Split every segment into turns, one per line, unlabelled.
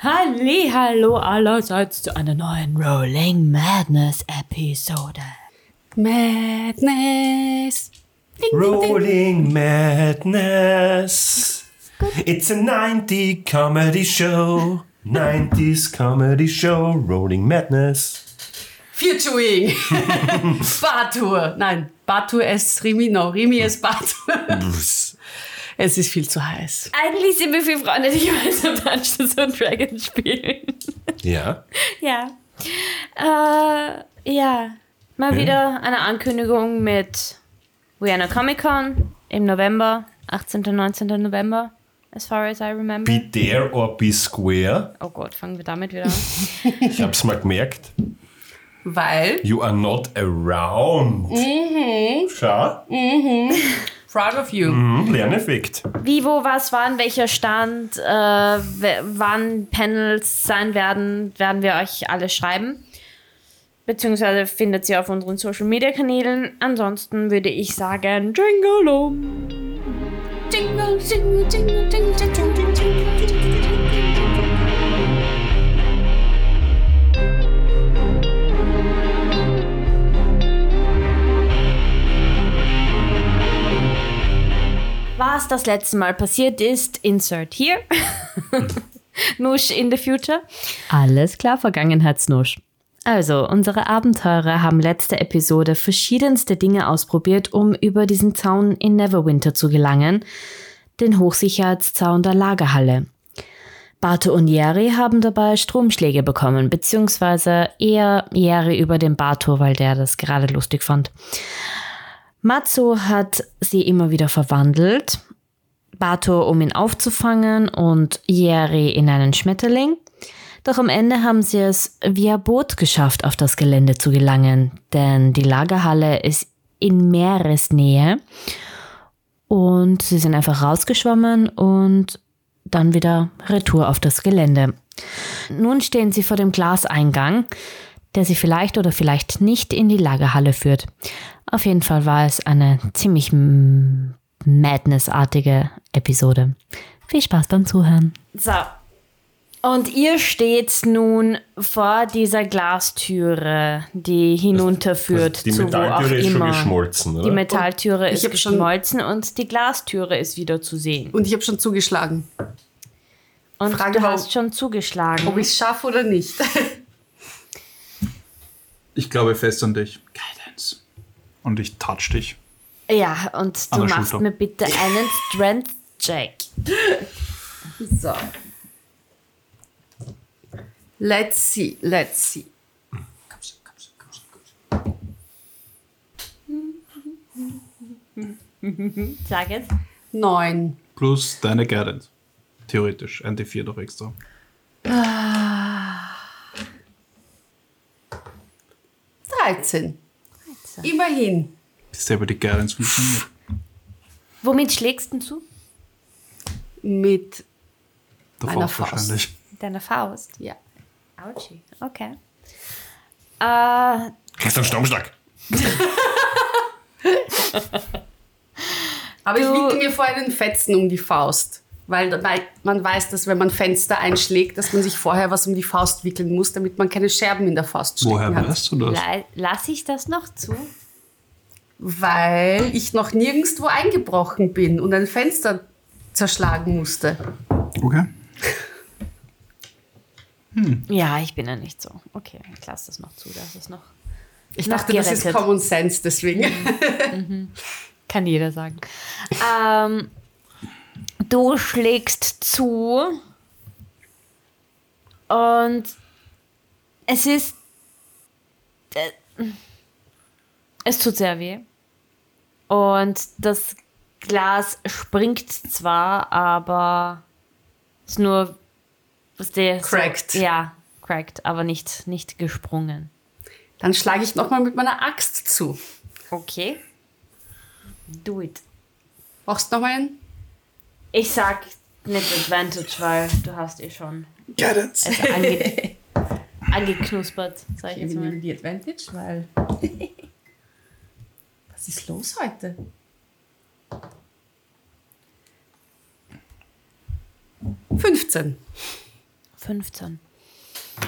Halli, hallo allerseits zu einer neuen Rolling Madness Episode.
Madness.
Rolling Madness. It's a 90 comedy show. 90s comedy show. Rolling Madness.
Featuring. Bartour. Nein, Bartour ist Rimi. No, Rimi ist Bartour. es ist viel zu heiß.
Eigentlich sind wir viele Freunde, die gemeinsam Dungeons und Dragons spielen.
Ja.
ja. Äh, ja. Mal wieder eine Ankündigung mit Vienna Comic Con im November, 18. und 19. November, as far as I remember.
Be there or be square.
Oh Gott, fangen wir damit wieder an.
Ich hab's mal gemerkt.
Weil
You are not around.
Mhm.
Schau.
proud of you.
Mhm, Lerneffekt.
Wie, wo, was, wann, welcher Stand, äh, w- wann Panels sein werden, werden wir euch alle schreiben. Beziehungsweise findet sie auf unseren Social Media Kanälen. Ansonsten würde ich sagen, Jingle um.
Jingle, jingle, jingle, jingle, jingle, jingle, jingle, jingle, jingle.
Was das letzte Mal passiert ist, insert hier. Nusch in the future.
Alles klar, Vergangenheitsnusch. Also, unsere Abenteurer haben letzte Episode verschiedenste Dinge ausprobiert, um über diesen Zaun in Neverwinter zu gelangen, den Hochsicherheitszaun der Lagerhalle. Barte und Jerry haben dabei Stromschläge bekommen, beziehungsweise eher Jerry über den Bato, weil der das gerade lustig fand. Matsu hat sie immer wieder verwandelt, Bato, um ihn aufzufangen und Jerry in einen Schmetterling. Doch am Ende haben sie es via Boot geschafft, auf das Gelände zu gelangen, denn die Lagerhalle ist in Meeresnähe und sie sind einfach rausgeschwommen und dann wieder retour auf das Gelände. Nun stehen sie vor dem Glaseingang, der sie vielleicht oder vielleicht nicht in die Lagerhalle führt. Auf jeden Fall war es eine ziemlich mm, madnessartige Episode. Viel Spaß beim Zuhören.
So. Und ihr steht nun vor dieser Glastüre, die hinunterführt
Die
zu
Metalltüre
wo auch
ist
immer.
schon geschmolzen,
Die
oder?
Metalltüre
Ich
ist
hab schon-
geschmolzen und die Glastüre ist wieder zu sehen.
Und ich habe schon zugeschlagen.
Und
Frage
du
war-
hast schon zugeschlagen.
Ob ich es schaffe oder nicht.
Ich glaube fest an dich. Guidance. Und ich touch dich.
Ja,
Ah,
und du
An der
machst
Schulter.
mir bitte einen Strength-Check.
so. Let's see, let's see.
Sag jetzt.
Neun.
Plus deine Guidance. Theoretisch. Ein D4 noch extra.
Dreizehn. Immerhin.
Ist aber die Guidance funktioniert.
Womit schlägst denn zu?
Mit,
Der
Meiner
Faust
Faust.
wahrscheinlich.
Mit deiner Faust.
ja.
Autschi. Okay. Äh,
Kriegst du einen Stromschlag?
Aber ich
Du-
wickel mir vor einen Fetzen um die Faust. Weil dabei- man weiß, dass wenn man Fenster einschlägt, dass man sich vorher was um die Faust wickeln muss, damit man keine Scherben in der Faust stecken
Woher
hat.
weißt du das?
la- lass ich das noch zu?
Weil ich noch nirgendwo eingebrochen bin und ein Fenster zerschlagen musste.
Okay.
Ja, ich bin ja nicht so. Okay, ich lass das noch zu. Das ist noch.
Ich
Noch
dachte, das ist
gerettet.
Common Sense, deswegen.
Kann jeder sagen. ähm, du schlägst zu und es ist. Äh, es tut sehr weh. Und das Glas springt zwar, aber es ist nur. Was der
Cracked.
So, ja, cracked, aber nicht, nicht gesprungen.
Dann schlage ich nochmal mit meiner Axt zu.
Okay. Do it.
Brauchst du nochmal einen?
Ich sag nicht Advantage, weil du hast eh schon
Guidance.
es ange angeknuspert, sag ich jetzt mal.
die Advantage, weil. Was ist los heute? Fünfzehn.
15.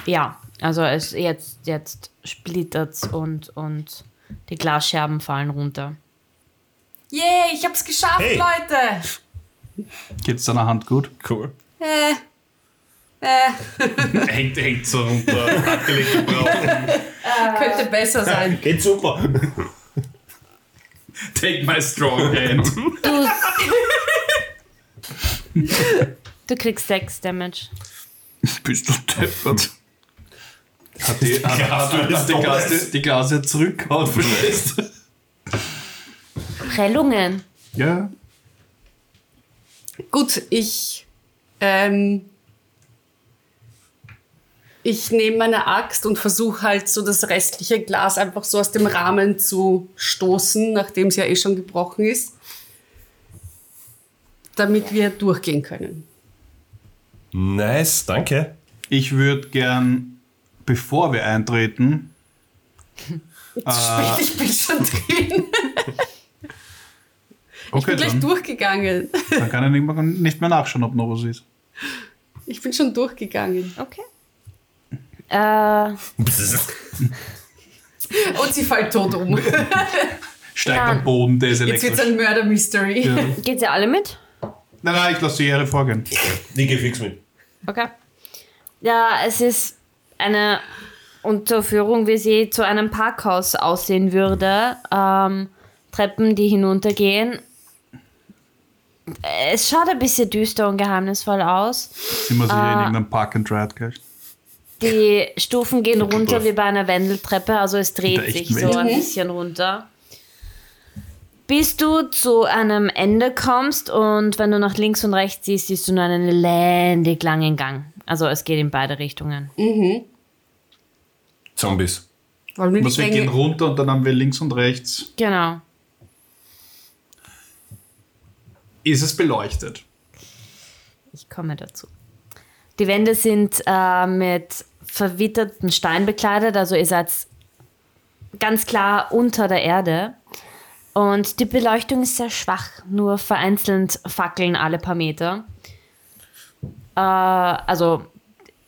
Ja, also es jetzt, jetzt splittert's und, und die Glasscherben fallen runter.
Yay, ich hab's geschafft,
Hey.
Leute!
Geht's deiner Hand gut? Cool.
Äh, äh,
Hängt, hängt so runter, abgelegt gebraucht.
könnte besser sein.
Geht super.
Take my strong hand.
Du, du kriegst 6 Damage.
Bist du deppert? Hat die, hat,
Hast du das
hat die,
doch
Glas,
alles?
die, die Glas jetzt zurückgehauen, verstehst du?
Prellungen.
Ja.
Gut, ich. Ähm, ich nehme meine Axt und versuche halt so das restliche Glas einfach so aus dem Rahmen zu stoßen, nachdem es ja eh schon gebrochen ist, damit wir durchgehen können.
Nice, danke.
Ich würde gern, bevor wir eintreten,
Ah. Ich bin schon drin. Ich
okay,
bin gleich
dann,
durchgegangen.
dann kann ich nicht mehr, nicht mehr nachschauen, ob noch was ist.
Ich bin schon durchgegangen.
Okay. Äh,
Und sie fällt tot um.
Steigt
Ja.
am Boden, der ist
Jetzt wird es
elektrisch.
ein Murder Mystery.
Ja.
geht ihr alle mit?
Nein, nein, ich lasse die Ehre vorgehen.
Ich geh fix mit.
Okay. Ja, es ist eine Unterführung, wie sie zu einem Parkhaus aussehen würde. Ähm, Treppen, die hinuntergehen. Es schaut ein bisschen düster und geheimnisvoll aus.
Sind wir sicher eh in irgendeinem Park and Ride, gell?
Die Stufen gehen runter wie bei einer Wendeltreppe, also es
Der
dreht
echten
sich so ein bisschen runter. Bis du zu einem Ende kommst und wenn du nach links und rechts siehst, siehst du nur einen lebendig langen Gang. Also es geht in beide Richtungen.
Zombies.
Wollen wir
Was,
nicht
wir gehen
länger-
runter und dann haben wir links und rechts.
Genau.
Ist es beleuchtet?
Ich komme dazu.
Die Wände sind äh, mit verwitterten Stein bekleidet, also ihr seid ganz klar unter der Erde. Und die Beleuchtung ist sehr schwach, nur vereinzelt Fackeln alle paar Meter. Äh, also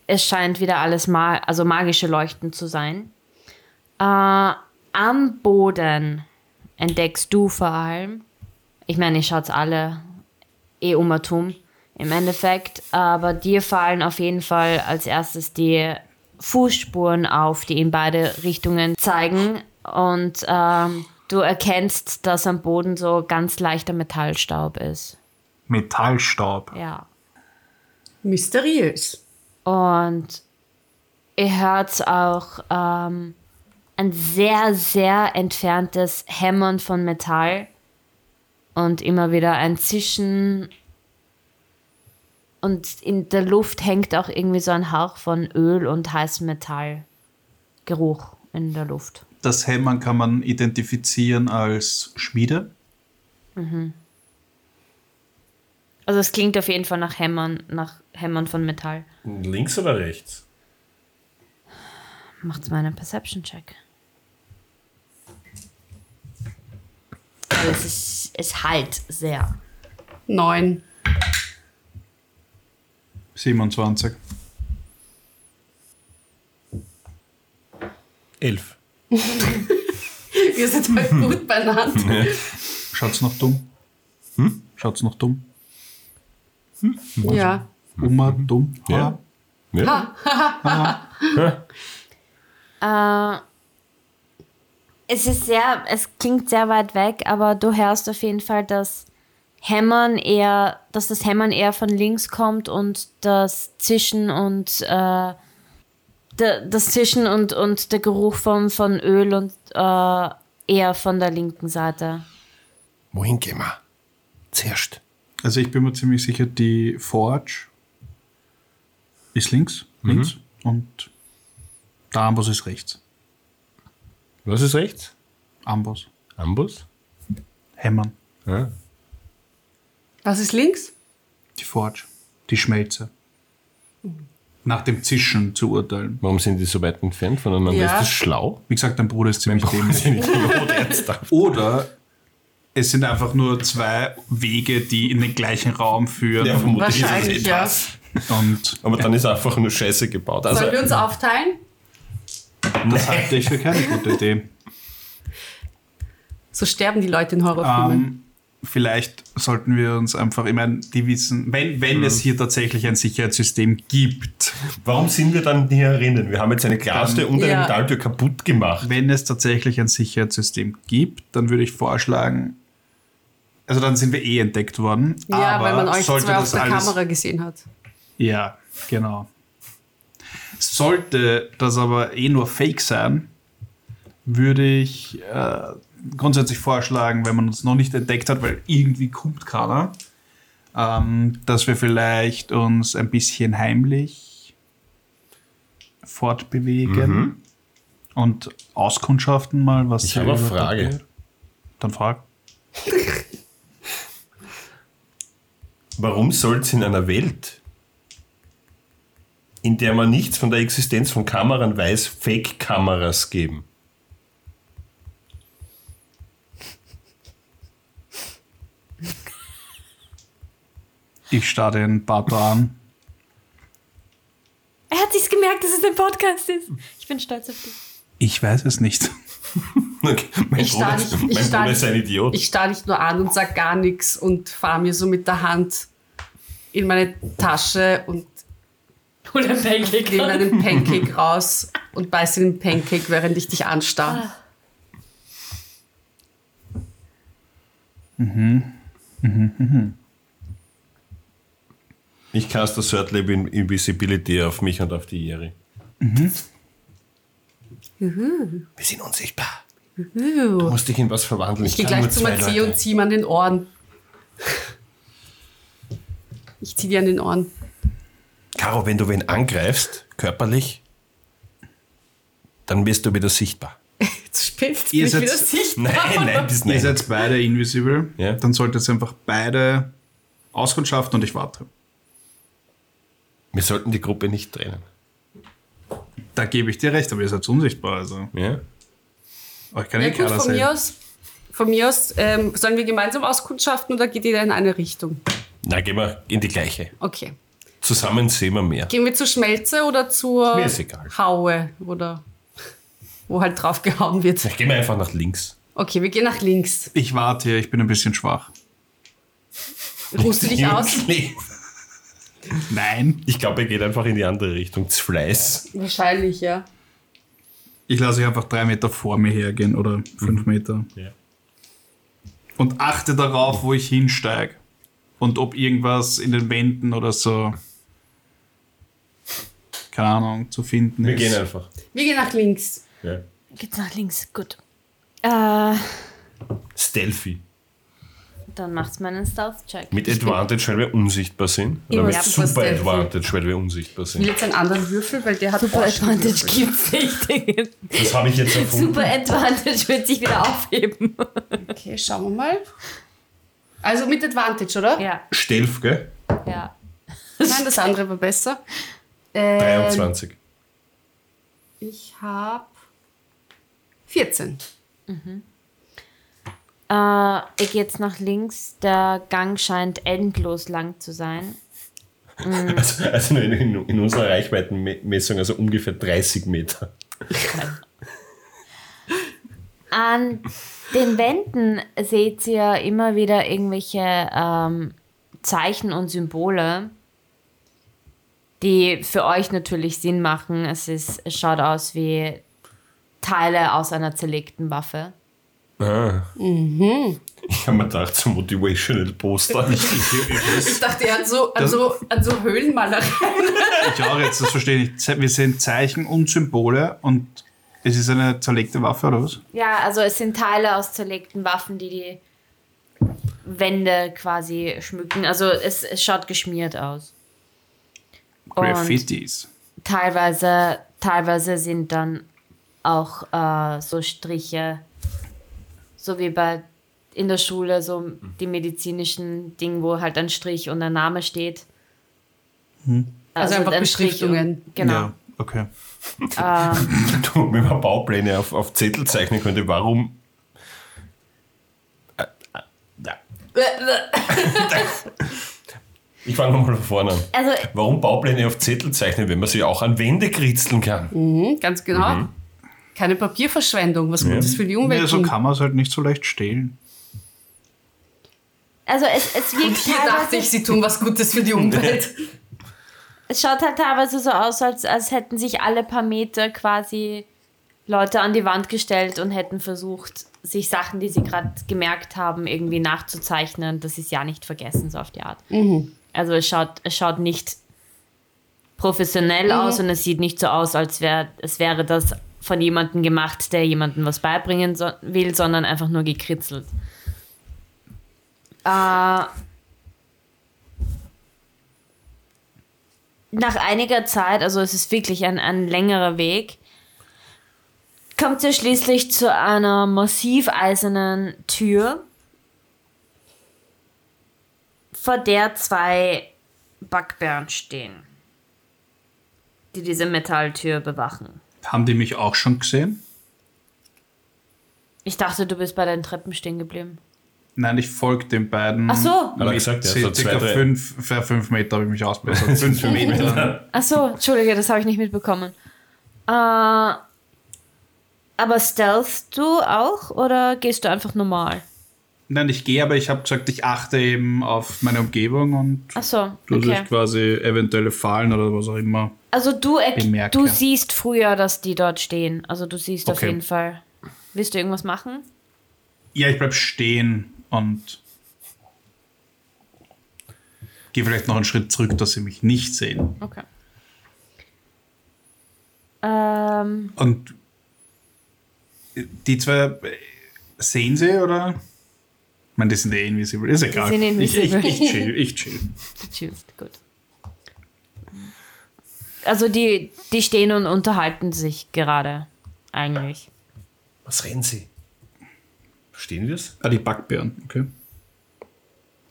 es scheint wieder alles ma also magische Leuchten zu sein. Äh, am Boden entdeckst du vor allem, ich meine, ihr schaut's alle eh Umatum im Endeffekt. Aber dir fallen auf jeden Fall als erstes die Fußspuren auf, die in beide Richtungen zeigen. Und ähm, du erkennst, dass am Boden so ganz leichter Metallstaub ist.
Metallstaub.
Ja.
Mysteriös.
Und ihr hört auch ähm, ein sehr, sehr entferntes Hämmern von Metall und immer wieder ein Zischen. Und in der Luft hängt auch irgendwie so ein Hauch von Öl und heißem Metallgeruch in der Luft.
Das Hämmern kann man identifizieren als Schmiede.
Also es klingt auf jeden Fall nach Hämmern, nach Hämmern von Metall.
Links oder rechts?
Macht's mal einen Perception-Check. Aber Es, ist, es halt sehr.
Neun.
27.
Elf.
Wir sind halt gut beieinander.
Schaut's noch dumm? Hm? Schaut's noch dumm?
ja.
Oma, dumm?
Ja. Ja.
Ah.
Äh, es ist sehr, es klingt sehr weit weg, aber du hörst auf jeden Fall, dass Hämmern eher, dass das Hämmern eher von links kommt und das Zischen und äh, de, das Zischen und, und der Geruch von, von Öl und äh, eher von der linken Seite.
Wohin gehen wir? Zuerst.
Also ich bin mir ziemlich sicher, die Forge ist links, links und der Amboss ist rechts.
Was ist rechts?
Amboss.
Ambus?
Hämmern.
Ja.
Was ist links?
Die Forge. Die Schmelze. Nach dem Zischen zu urteilen.
Warum sind die so weit entfernt voneinander?
Ja.
Ist das schlau?
Wie gesagt, dein Bruder ist ziemlich dämlich.
Sind die Not ernsthaft?
Oder Es sind einfach nur zwei Wege, die in den gleichen Raum führen.
Ja, vermutlich ist es
Wahrscheinlich,
nicht.
ja.
Und
Aber dann ist einfach nur Scheiße gebaut. Also,
Sollen wir uns aufteilen?
das halte ich für keine gute Idee.
So sterben die Leute in Horrorfilmen.
Ähm, vielleicht sollten wir uns einfach, ich meine, die wissen, wenn, wenn
Mhm.
es hier tatsächlich ein Sicherheitssystem gibt,
warum sind wir dann hier drinnen? Wir haben jetzt eine Glastür und eine
Ja.
Metalltür kaputt gemacht.
wenn es tatsächlich ein Sicherheitssystem gibt, dann würde ich vorschlagen, also dann sind wir eh entdeckt worden.
ja,
aber
weil man euch
sollte
zwei auf
das
der
alles,
Kamera gesehen hat.
Ja, genau. Sollte das aber eh nur Fake sein, würde ich äh, grundsätzlich vorschlagen, wenn man uns noch nicht entdeckt hat, weil irgendwie kommt keiner, ähm, dass wir vielleicht uns ein bisschen heimlich fortbewegen und auskundschaften mal, was
Mhm. Ich
hier
habe eine
überhaupt
Frage.
abgeht. Dann frag.
Warum soll es in einer Welt, in der man nichts von der Existenz von Kameran weiß, Fake-Kameras geben?
Ich starre den Bato an.
Er hat sich's gemerkt, dass es ein Podcast ist. Ich bin stolz auf dich.
Ich weiß es nicht.
Okay, mein
Ich
Bruder,
starr dich, ich
mein
starr
Bruder
dich,
ist ein Idiot.
Ich starr dich nur an und sag gar nichts und fahr mir so mit der Hand in meine Tasche und
Hol ein Pancake.
nehme einen Pancake raus und beiße in den Pancake, während ich dich anstarr.
Ich caste Third Lab in Invisibility auf mich und auf die Iri.
Mhm.
Wir sind unsichtbar. Du musst dich in was verwandeln.
Ich gehe
kann
gleich
nur
zu
zwei
Matzi
Leute.
und zieh ihm an den Ohren. Ich zieh dir an den Ohren.
Caro, wenn du wen angreifst, körperlich, dann wirst du wieder sichtbar.
Jetzt spielst du
Ihr
mich
seid-
wieder sichtbar.
Nein, nein, das
Ihr
nicht.
seid beide invisible.
Ja.
Dann solltet ihr einfach beide auskundschaften und ich warte.
Wir sollten die Gruppe nicht trennen.
Da gebe ich dir recht, aber ihr seid unsichtbar. Also.
Ja?
Euch kann
Ja,
eh
gut,
keiner
von mir
sehen.
aus, von mir aus ähm, sollen wir gemeinsam auskundschaften oder geht jeder in eine Richtung?
Na, gehen wir in die gleiche.
Okay.
Zusammen sehen wir mehr.
Gehen wir zu Schmelze oder zur
Mir ist egal.
Haue oder wo halt drauf gehauen wird.
Gehen wir einfach nach links.
Okay, wir gehen nach links.
Ich warte hier, ich bin ein bisschen schwach.
Ruhst du dich aus?
Nein.
Ich glaube, er geht einfach in die andere Richtung. Das Fleiß.
Wahrscheinlich, ja.
Ich lasse euch einfach drei Meter vor mir hergehen oder fünf Meter.
Mhm. Ja.
Und achte darauf, wo ich hinsteige. Und ob irgendwas in den Wänden oder so. Keine Ahnung, zu finden
Wir
ist.
gehen einfach.
Wir gehen nach links.
Ja.
Geht's nach links? Gut. Äh,
Stealthy.
dann macht's meinen Stealth-Check.
Mit Advantage, weil wir unsichtbar sind. Oder
Immer
mit
super
Super
stealthy.
Advantage, weil wir unsichtbar
Ich will
sind.
jetzt einen anderen Würfel, weil der hat
Super
Forschung
Advantage
gewürfelt.
gibt's nicht.
Das habe ich jetzt erfunden.
Super Advantage wird sich wieder aufheben.
Okay, schauen wir mal. Also mit Advantage, oder?
Ja,
Stealth, gell?
ja.
Nein, das andere war besser.
23.
Ähm, Ich habe 14.
Äh, ich gehe jetzt nach links. Der Gang scheint endlos lang zu sein.
Ähm.
Also, also nur in, in, in unserer Reichweitenmessung, also ungefähr 30 Meter.
An den Wänden seht ihr immer wieder irgendwelche ähm, Zeichen und Symbole, die für euch natürlich Sinn machen. Es, ist, es schaut aus wie Teile aus einer zerlegten Waffe.
Ich habe mir gedacht, so Motivational Poster.
Ich dachte, er hat so, an, so, an so
Also
Höhlenmalereien.
Ich auch jetzt, das verstehe ich. nicht. Wir sehen Zeichen und Symbole und es ist eine zerlegte Waffe oder was?
Ja, also es sind Teile aus zerlegten Waffen, die die Wände quasi schmücken. Also es, es schaut geschmiert aus.
Graffitis.
teilweise, teilweise sind dann auch äh, so Striche, so wie bei in der Schule, so die medizinischen Dinge, wo halt ein Strich und ein Name steht.
Also einfach
ein Strich und-
Beschriftungen.
Genau.
Ja, okay.
du, wenn man Baupläne auf, auf Zettel zeichnen könnte, warum Ich fange nochmal von vorne an.
Also,
Warum Baupläne auf Zettel zeichnen, wenn man sie auch an Wände kritzeln kann?
Mhm, ganz genau. Keine Papierverschwendung, was Gutes für die Umwelt.
Ja, so
tun.
kann man es halt nicht so leicht stehlen.
also es, es
Und
wirkt
hier dachte ich,
teilweise,
sie tun was Gutes für die Umwelt.
es schaut halt teilweise so aus, als, als hätten sich alle paar Meter quasi Leute an die Wand gestellt und hätten versucht, sich Sachen, die sie gerade gemerkt haben, irgendwie nachzuzeichnen, dass sie es ja nicht vergessen, so auf die Art. Also es schaut, es schaut nicht professionell aus und es sieht nicht so aus, als wär, es wäre das von jemandem gemacht, der jemandem was beibringen so will, sondern einfach nur gekritzelt. Äh, nach einiger Zeit, also es ist wirklich ein, ein längerer Weg, kommt ihr schließlich zu einer massiv eisernen Tür, vor der zwei Backbären stehen, die diese Metalltür bewachen.
Haben die mich auch schon gesehen?
Ich dachte, du bist bei den Treppen stehen geblieben.
Nein, ich folge den beiden.
Ach so. Hat
er gesagt, ja, so
Circa
zwei, drei.
fünf, für fünf Meter habe ich mich ausbessert. fünf Meter.
Ach so, entschuldige, das habe ich nicht mitbekommen. Äh, aber stealthst du auch oder gehst du einfach normal?
Nein, ich gehe, aber ich habe gesagt, ich achte eben auf meine Umgebung und
Ach so,
dass
okay.
ich quasi eventuelle Fallen oder was auch immer.
Also du, erk-
Bemerke.
du siehst früher, dass die dort stehen. Also du siehst auf
Okay.
jeden Fall. Willst du irgendwas machen?
Ja, ich bleib stehen und gehe vielleicht noch einen Schritt zurück, dass sie mich nicht sehen.
Okay. Ähm,
Und die zwei äh, sehen sie oder? Ich meine, die sind eh invisible. Ist egal.
sind invisible.
Ich, ich, ich chill, ich chill.
du chillst, gut. Also die, die stehen und unterhalten sich gerade. Eigentlich.
Was reden Sie? Verstehen wir es?
Ah, die Backbären, okay.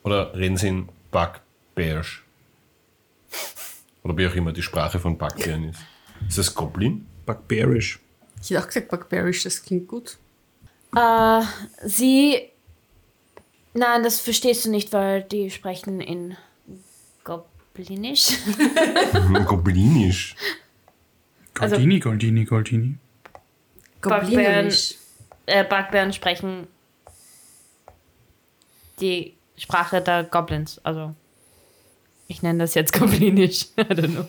Oder reden Sie in Backbärsch? Oder wie auch immer die Sprache von Backbären ist. Ist das Goblin?
Backbärisch.
ich hätte auch gesagt, Barbarisch, das klingt gut.
Äh, sie. Nein, das verstehst du nicht, weil die sprechen in Goblinisch.
Goblinisch.
Also
Goldini, Goldini, Goldini.
Goblinerisch.
Äh, Backbären sprechen die Sprache der Goblins. Also, ich nenne das jetzt Goblinisch. I don't know.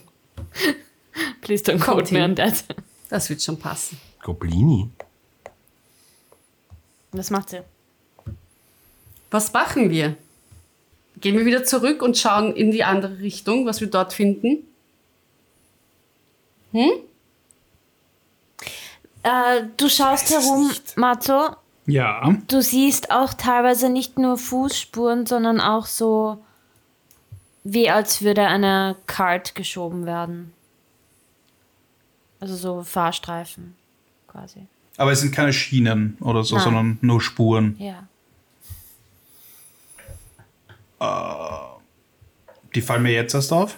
Please don't
Kommt
quote me
hin.
on that.
Das wird schon passen.
Goblini?
Was macht sie?
Was machen wir? Gehen wir wieder zurück und schauen in die andere Richtung, was wir dort finden?
Äh, du schaust herum, Matzo.
Ja.
Du siehst auch teilweise nicht nur Fußspuren, sondern auch so, wie als würde eine Cart geschoben werden. Also so Fahrstreifen quasi.
Aber es sind keine Schienen oder so,
Nein.
sondern nur Spuren.
Ja.
Die fallen mir jetzt erst auf.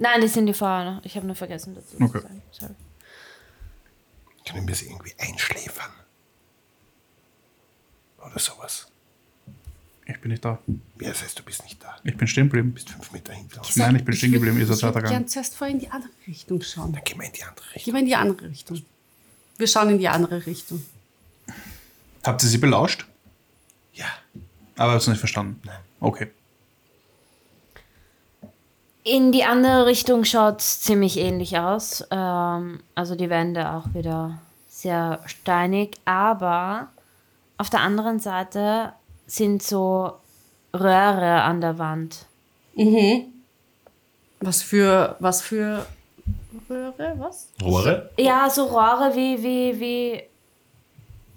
Nein, das sind die Fahrer. Ich habe nur vergessen dazu
Okay.
zu sagen. Sorry.
Können wir sie irgendwie einschläfern? Oder sowas.
Ich bin nicht da.
Ja, das heißt, du bist nicht da.
Ich bin stehen geblieben.
Bist fünf Meter hinter uns.
Nein, ich bin stehen geblieben. Ist das
Ich würde
weitergegangen?
gerne zuerst vorher in die andere Richtung schauen.
Geh mal in die andere Richtung.
Gehen wir in die andere Richtung. Wir schauen in die andere Richtung.
Habt ihr sie belauscht?
Ja.
Aber hab's nicht verstanden. Nein. Okay.
In die andere Richtung schaut es ziemlich ähnlich aus. Ähm, also die Wände auch wieder sehr steinig. Aber auf der anderen Seite sind so Röhre an der Wand.
Was für, was für Röhre, was?
Rohre?
Ja, so Rohre wie, wie, wie,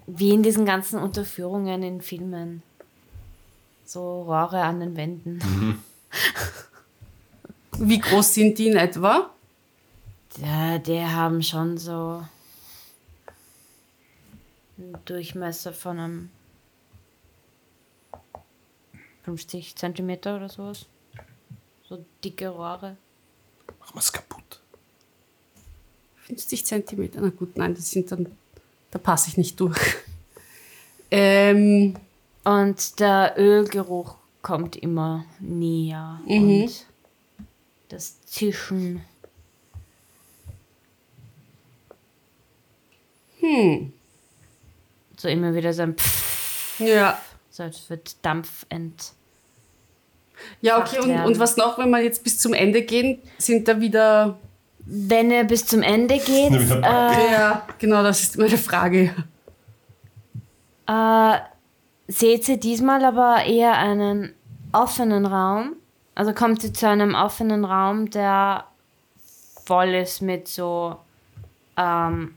wie in diesen ganzen Unterführungen in Filmen. So Rohre an den Wänden.
Wie groß sind die in etwa?
Ja, die haben schon so einen Durchmesser von einem 50 Zentimeter oder sowas. So dicke Rohre.
Machen wir es kaputt.
50 Zentimeter. Na gut, nein, das sind dann, da passe ich nicht durch. Ähm,
Und der Ölgeruch kommt immer näher. Und das Zischen.
Hm.
So immer wieder so ein Pfff,
Ja.
so als wird Dampf ent.
Ja, okay. Und,
werden.
und was noch, wenn wir jetzt bis zum Ende gehen, sind da wieder.
Wenn er bis zum Ende geht,
Nimm ich
äh,
eine Bank.
Ja, genau, das ist meine Frage.
Äh, seht ihr diesmal aber eher einen offenen Raum? Also kommt ihr zu einem offenen Raum, der voll ist mit so ähm,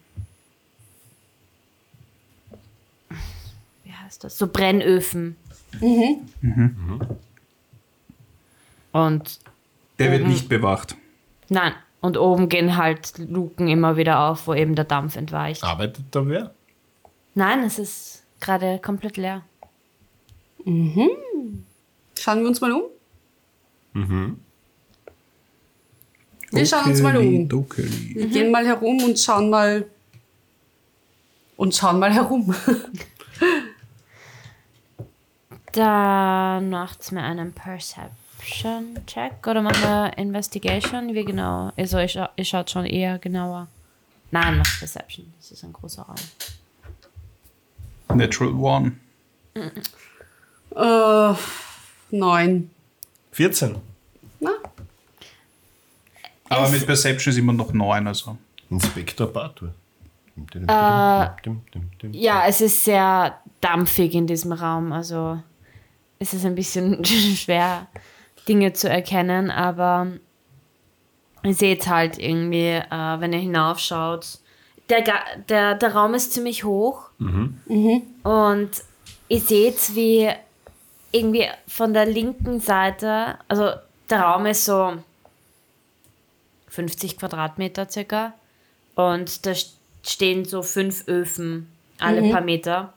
wie heißt das? So Brennöfen. Mhm. Und
Der
Mhm.
wird nicht bewacht.
nein, und oben gehen halt Luken immer wieder auf, wo eben der Dampf entweicht.
Arbeitet da wer?
Nein, es ist gerade komplett leer.
Schauen wir uns mal um. Wir schauen uns mal um. Wir gehen mal herum und schauen mal. Und schauen mal herum.
Da macht's mir einen Perception-Check oder machen wir Investigation? Wie genau? Also ich, scha- ich schaut schon eher genauer. Nein, macht Perception. Das ist ein großer Raum.
Natural One.
äh, neun.
14.
Na?
Aber mit Perception ist immer noch 9, also.
Inspektor Bartur.
Äh, Ja, es ist sehr dampfig in diesem Raum. Also es ist ein bisschen schwer, Dinge zu erkennen, aber ihr seht halt irgendwie, äh, wenn ihr hinaufschaut, der, Ga- der, der Raum ist ziemlich hoch und ihr seht, wie irgendwie von der linken Seite, also der Raum ist so 50 Quadratmeter circa. Und da st- stehen so fünf Öfen alle paar Meter.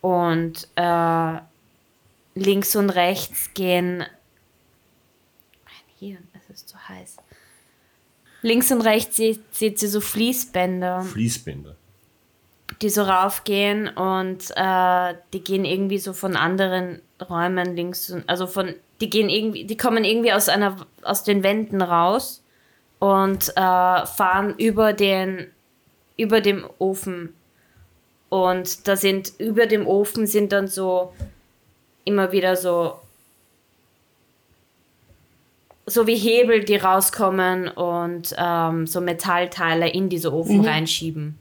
Und äh, links und rechts gehen. Nein, Hier, es ist zu heiß. Links und rechts se- seht ihr so Fließbänder,
Fließbänder.
die so raufgehen und äh, die gehen irgendwie so von anderen Räumen links und also von die gehen irgendwie, die kommen irgendwie aus einer aus den Wänden raus und äh, fahren über den über dem Ofen und da sind über dem Ofen sind dann so immer wieder so so wie Hebel, die rauskommen und ähm, so Metallteile in diese Ofen reinschieben.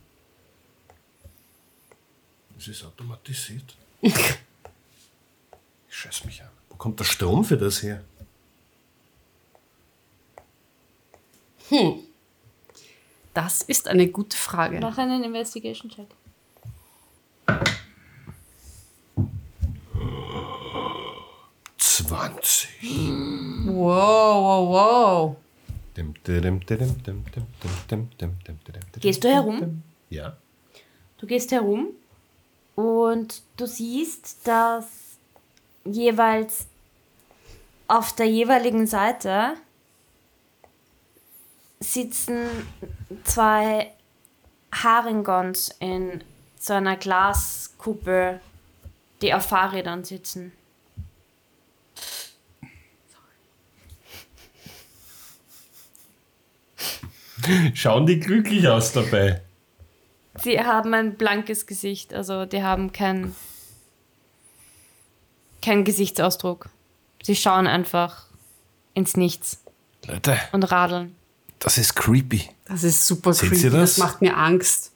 Es ist automatisiert. ich scheiß mich an. Wo kommt der Strom für das her?
Das ist eine gute Frage.
Mach einen Investigation-Check.
Zwanzig.
Wow, wow, wow.
Dim, dim, dim, dim, dim, dim, dim, dim, dim, dim.
Gehst du herum?
Ja.
Du gehst herum und du siehst, dass jeweils auf der jeweiligen Seite sitzen zwei Haringons in so einer Glaskuppel, die auf Fahrrädern sitzen.
Schauen die glücklich aus dabei?
Sie haben ein blankes Gesicht, also die haben keinen keinen Gesichtsausdruck. Sie schauen einfach ins Nichts
Leute,
und radeln.
das ist creepy.
Das ist super
Seht
creepy.
ihr
Das?
das?
macht mir Angst.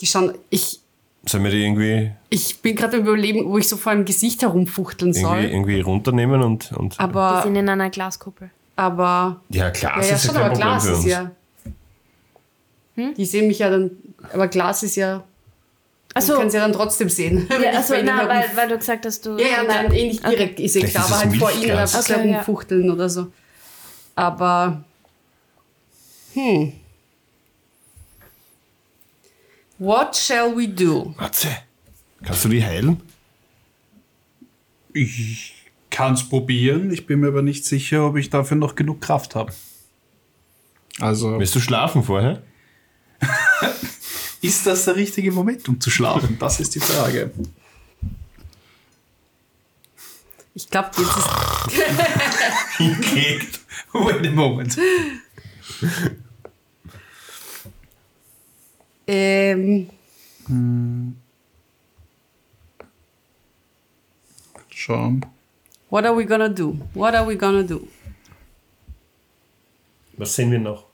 Die schauen. Ich,
Sollen wir die irgendwie,
ich bin gerade im Überleben, wo ich so vor einem Gesicht herumfuchteln soll.
irgendwie, irgendwie runternehmen und. und
Die
Aber,
sind in einer Glaskuppel.
aber.
ja, klar,
ja, ja,
das
schon,
ist ja kein
aber
Problem
Glas
für
ist
uns.
ja.
Hm?
Die sehen mich ja dann. Aber Glas ist ja. Ich
Achso,
kann sie ja dann trotzdem sehen. wenn
Also, ja,
ich
also,
bei ihnen
na,
herum-
weil, weil du gesagt hast, du.
ja, ja, nein, eh nicht direkt. Ich sehe
Vielleicht
da,
ist
aber
es
halt vor ihnen
Milchglas.
einfach
Okay, ja.
herumfuchteln oder so. Aber. Hm. What shall we do?
Matze, kannst du die heilen?
Ich kann es probieren, ich bin mir aber nicht sicher, ob ich dafür noch genug Kraft habe. Also.
Willst du schlafen vorher?
Ist das der richtige Moment, um zu schlafen? Das ist die Frage.
Ich glaube, jetzt ist
Gekriegt. Wait a moment.
ähm,
Schauen.
What are we gonna do? What are we gonna do?
Was sehen wir noch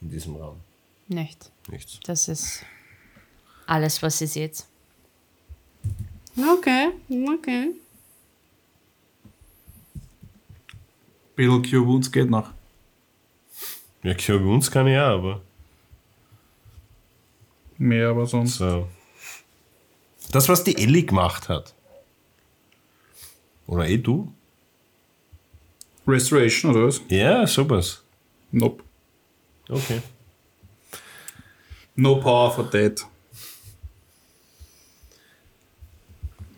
in diesem Raum?
Nicht.
Nichts.
Das ist alles, was ihr seht.
Okay, okay.
Beetle Cure Wounds geht noch.
Ja, Cure Wounds kann ich ja, aber.
Mehr aber sonst.
So. Das, was die Ellie gemacht hat. Oder eh du?
Restoration oder was?
Ja, sowas.
Nope.
Okay.
No power for that.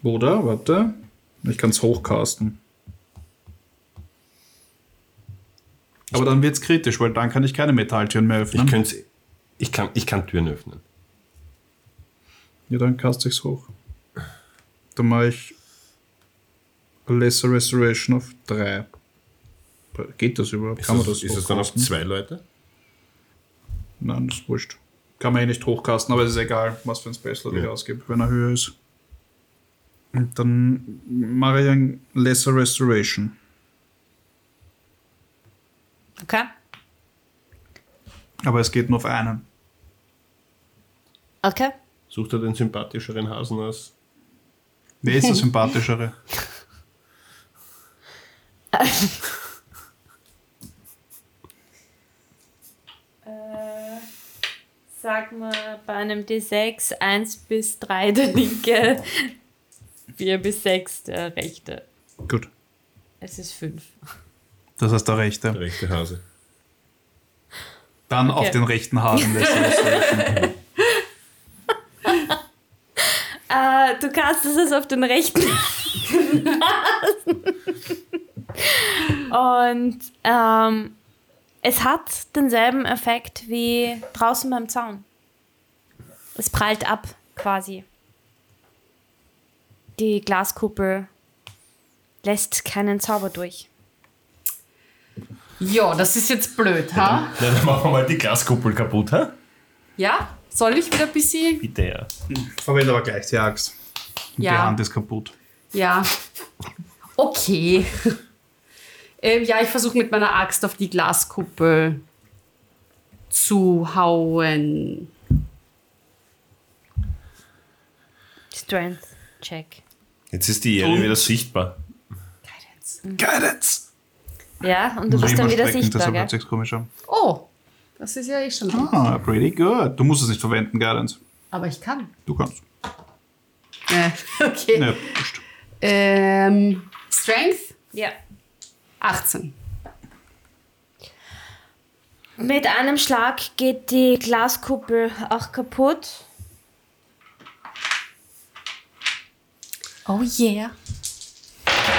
Oder, warte. Ich kann es hochcasten. Aber dann wird's kritisch, weil dann kann ich keine Metalltüren mehr
Ich,
öffnen.
könnte, ich, kann, ich kann Türen öffnen.
ja, dann cast ich's hoch. Dann mache ich Lesser Restoration auf 3. Geht das überhaupt? Kann man das
ist es dann auf
hochcasten?
zwei Leute?
Nein, das ist wurscht. Kann man eh nicht hochcasten, aber es ist egal, was für ein Special ich
Ja.
ausgebe, wenn er höher ist. Und dann mache ich ein Lesser Restoration.
Okay.
Aber es geht nur auf einen.
Okay.
Sucht er den sympathischeren Hasen aus?
Wer ist der sympathischere?
Sag mal, bei einem D6 1 bis 3 der linke, 4 bis 6 der rechte.
Gut,
Es ist 5.
das heißt der rechte.
Der rechte Hase.
Dann auf
Okay.
den rechten Haaren Lesser Restoration.
Äh, du castest es auf den rechten. Und ähm, es hat denselben Effekt wie draußen beim Zaun. Es prallt ab, quasi. Die Glaskuppel lässt keinen Zauber durch.
Ja, das ist jetzt blöd, ha?
Na, dann machen wir mal die Glaskuppel kaputt, ha?
Ja? Soll ich wieder ein bisschen?
Bitte ja.
Verwende aber gleich die Axt. Die
Ja.
Hand ist kaputt.
Ja. Okay. ähm, ja, ich versuche mit meiner Axt auf die Glaskuppel zu hauen.
Strength Check.
Jetzt ist die Ellie wieder sichtbar.
Guidance!
Ja, und du bist Mhm. dann wieder sichtbar,
Deshalb
gell?
hört sich's komisch an.
Oh, das ist ja eh schon. drin.
Ah, pretty good. Du musst es nicht verwenden, Guidance.
Aber ich kann.
Du kannst.
Äh, okay.
Ne, wurscht.
Ähm, Strength
Ja.
18.
Mit einem Schlag geht die Glaskuppel auch kaputt.
Oh yeah.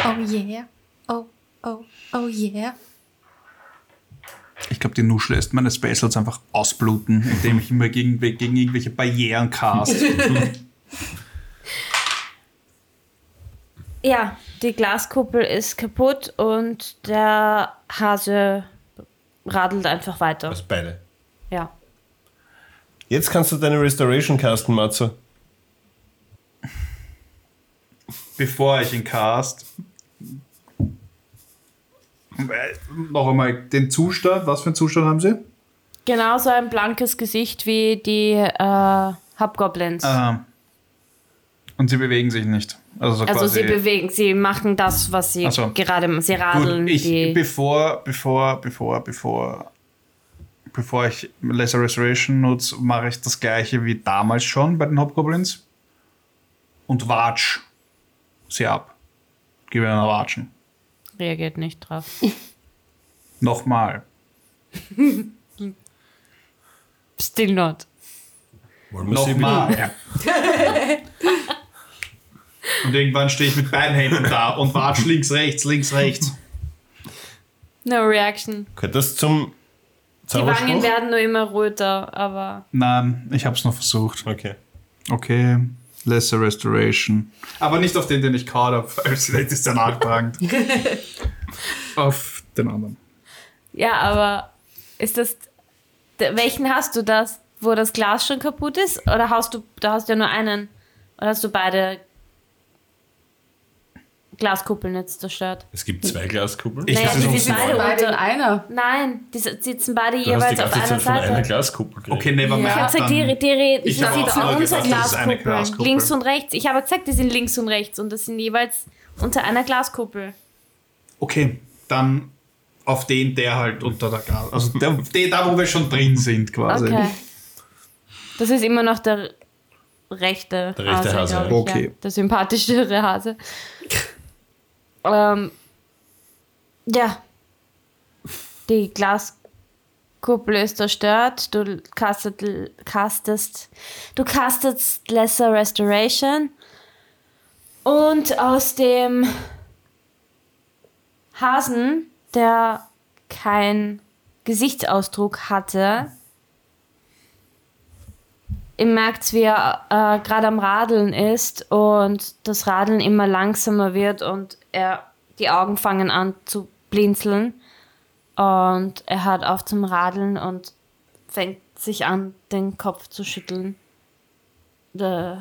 Oh yeah. Oh, oh, oh yeah.
Ich glaube, die Nusch lässt meine Specials einfach ausbluten, indem ich immer gegen, gegen irgendwelche Barrieren cast.
Ja, die Glaskuppel ist kaputt und der Hase radelt einfach weiter.
Also beide.
Ja.
Jetzt kannst du deine Restoration casten, Matze.
Bevor ich ihn cast. Äh, Noch einmal den Zustand. Was für einen Zustand haben Sie?
Genauso Genau ein blankes Gesicht wie die äh, Hobgoblins.
Ähm, und sie bewegen sich nicht. Also, so
also
quasi,
sie bewegen, sie machen das, was sie
Ach so.
gerade, sie radeln.
Gut, ich,
die,
bevor, bevor, bevor, bevor, bevor ich Lesser Restoration nutze, mache ich das gleiche wie damals schon bei den Hobgoblins. Und watsch sie ab. Gib ihnen ein Watschen.
reagiert nicht drauf.
Nochmal.
Still not.
Wollen
Nochmal. und irgendwann stehe ich mit beiden Händen da und watsch links, rechts, links, rechts.
No reaction.
Gehört das zum
Die Wangen
Zauberspruch?
werden nur immer röter, aber
Nein, ich habe es noch versucht.
Okay.
Okay. Lesser Restoration. Aber nicht auf den, den ich caught habe, weil vielleicht ist der nachtragend. auf den anderen.
Ja, aber ist das. d- Welchen hast du das, wo das Glas schon kaputt ist? Oder hast du, da hast du ja nur einen? Oder hast du beide Glaskuppeln jetzt zerstört?
Es gibt zwei Glaskuppeln.
Ich-
Naja, also
das
die
ist
Also
auch
sitzen
so
beide
Beide in
unter.
einer.
Nein, die si- sitzen beide
du hast die
jeweils auf
ganze
einer
Zeit von einer
Seite.
Glaskuppel geredet.
Okay, never mind.
Ich habe gesagt, die, die, die,
Ich hab auch
sitzen
nur
unter
gesagt, das ist eine
Glaskuppeln.
Glaskuppel.
Links und rechts. Ich habe gesagt, die sind links und rechts und das sind jeweils unter einer Glaskuppel.
Okay, dann auf den, der halt unter der Gas. Also der, der, da, wo wir schon drin sind, quasi.
Okay. Das ist immer noch der rechte,
Der rechte Hase,
glaub
ja.
ich,
Okay.
Der sympathischere Hase. ähm, ja. Die Glaskuppel ist zerstört. Du castet, castest, du castest Lesser Restoration. Und aus dem Hasen, der kein Gesichtsausdruck hatte, ihr merkt, wie er äh, gerade am Radeln ist und das Radeln immer langsamer wird und er die Augen fangen an zu blinzeln und er hört auf zum Radeln und fängt sich an, den Kopf zu schütteln. Äh,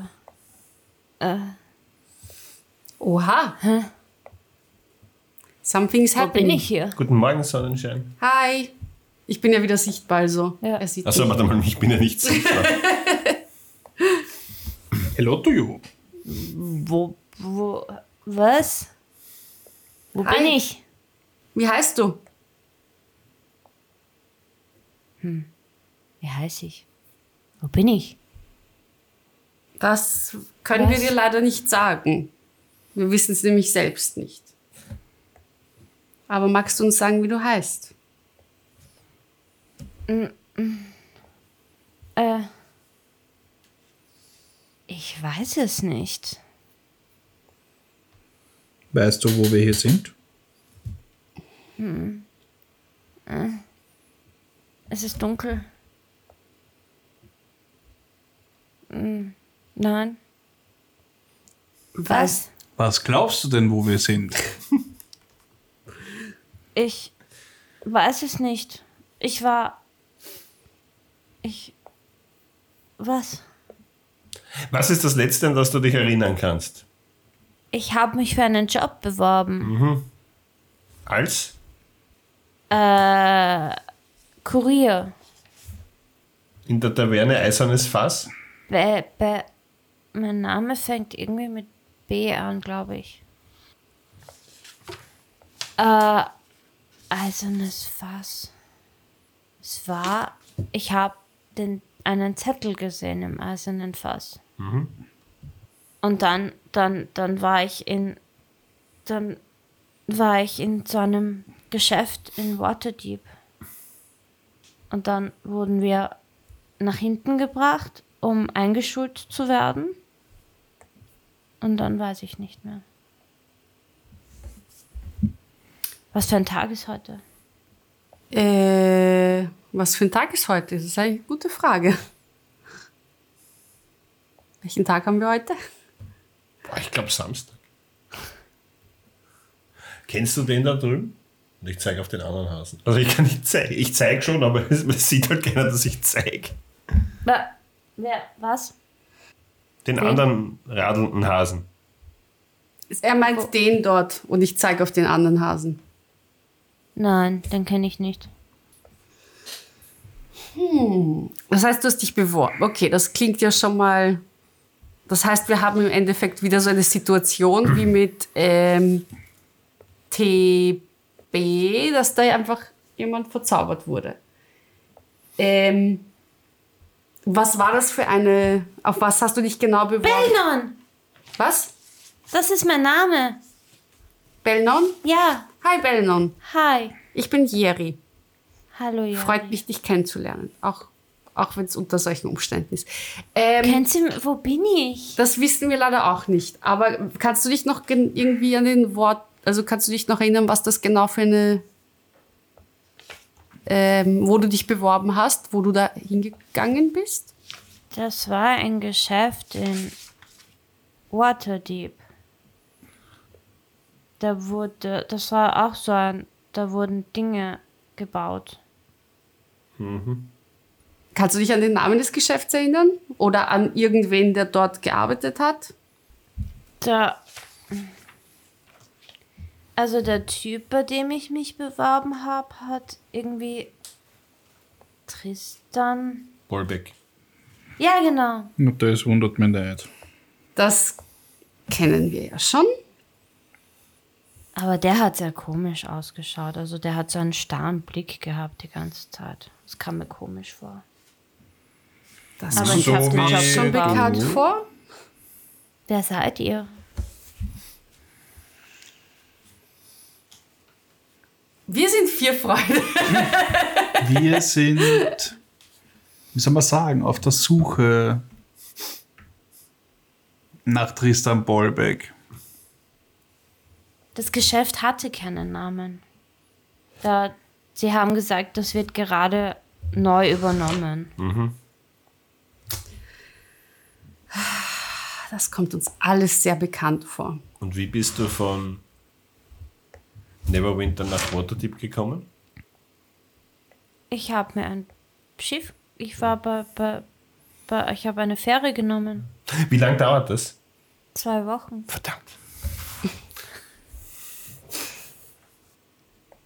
Oha. Something's
wo
happening.
bin ich hier?
Guten Morgen, Sonnenschein.
Hi. Ich bin ja wieder sichtbar, also.
Ja.
Er sieht
Achso,
mich.
warte mal, ich bin ja nicht sichtbar.
Hello to you.
Wo, wo, was? Wo
Hi.
bin ich?
Wie heißt du?
Wie heiße ich? Wo bin ich?
Das können
Was?
wir dir leider nicht sagen. Wir wissen es nämlich selbst nicht. Aber magst du uns sagen, wie du heißt?
Äh, ich weiß es nicht.
Weißt du, wo wir hier sind?
Es ist dunkel. Hm, Nein. Was?
Was glaubst du denn, wo wir sind?
Ich weiß es nicht. Ich war. Ich. Was?
Was ist das Letzte, an das du dich erinnern kannst?
Ich habe mich für einen Job beworben.
Als?
Äh. Kurier.
In der Taverne Eisernes Fass?
Be, be, mein Name fängt irgendwie mit B an, glaube ich. Äh, eisernes Fass. Es war, ich habe den einen Zettel gesehen im eisernen Fass. Und dann, dann, dann war ich in, dann war ich in so einem Geschäft in Waterdeep. Und dann wurden wir nach hinten gebracht, um eingeschult zu werden. Und dann weiß ich nicht mehr. Was für ein Tag ist heute?
Äh, was für ein Tag ist heute? Das ist eigentlich eine gute Frage. Welchen Tag haben wir heute?
Boah, ich glaube Samstag. Kennst du den da drüben? Und ich zeige auf den anderen Hasen. Also ich kann nicht zeigen. Ich zeige schon, aber es, es sieht halt keiner, dass ich zeige.
Wer, wer was?
Den anderen radelnden Hasen.
Er meint den dort und ich zeige auf den anderen Hasen.
Nein, den kenne ich nicht.
Das heißt, du hast dich beworben. Okay, das klingt ja schon mal. Das heißt, wir haben im Endeffekt wieder so eine Situation wie mit ähm, TB, dass da einfach jemand verzaubert wurde. Ähm, was war das für eine. Auf was hast du dich genau beworben?
Belnon!
was?
Das ist mein Name.
Belnon?
Ja,
Hi Belnon,
hi.
ich bin Jeri.
Hallo, ja.
Freut mich, dich kennenzulernen. Auch, auch wenn es unter solchen Umständen ist. Ähm,
Kennst du, m- wo bin ich?
Das wissen wir leider auch nicht. Aber kannst du dich noch gen- irgendwie an den Wort, also kannst du dich noch erinnern, was das genau für eine, ähm, wo du dich beworben hast, wo du da hingegangen bist?
Das war ein Geschäft in Waterdeep. Da wurde, das war auch so ein, da wurden Dinge gebaut.
Kannst du dich an den Namen des Geschäfts erinnern? Oder an irgendwen, der dort gearbeitet hat?
Da. Also der Typ, bei dem ich mich beworben habe, hat irgendwie Tristan.
Bolbeck.
Ja, genau.
Na, Das wundert mich nicht.
Das kennen wir ja schon.
Aber der hat sehr komisch ausgeschaut. Also der hat so einen starren Blick gehabt die ganze Zeit. Das kam mir komisch vor.
Das
Aber
kommt
ich hab's
mir
nicht
auch schon
aufgeschrieben.
bekannt vor.
Wer seid ihr?
Wir sind vier Freunde.
Wir sind, wie soll man sagen, auf der Suche nach Tristan Bolbeck.
Das Geschäft hatte keinen Namen. Da, sie haben gesagt, das wird gerade neu übernommen.
Das kommt uns alles sehr bekannt vor.
Und wie bist du von Neverwinter nach Waterdeep gekommen?
Ich habe mir ein Schiff. Ich war bei. bei, bei ich habe eine Fähre genommen.
Wie lange dauert das?
Zwei Wochen.
Verdammt.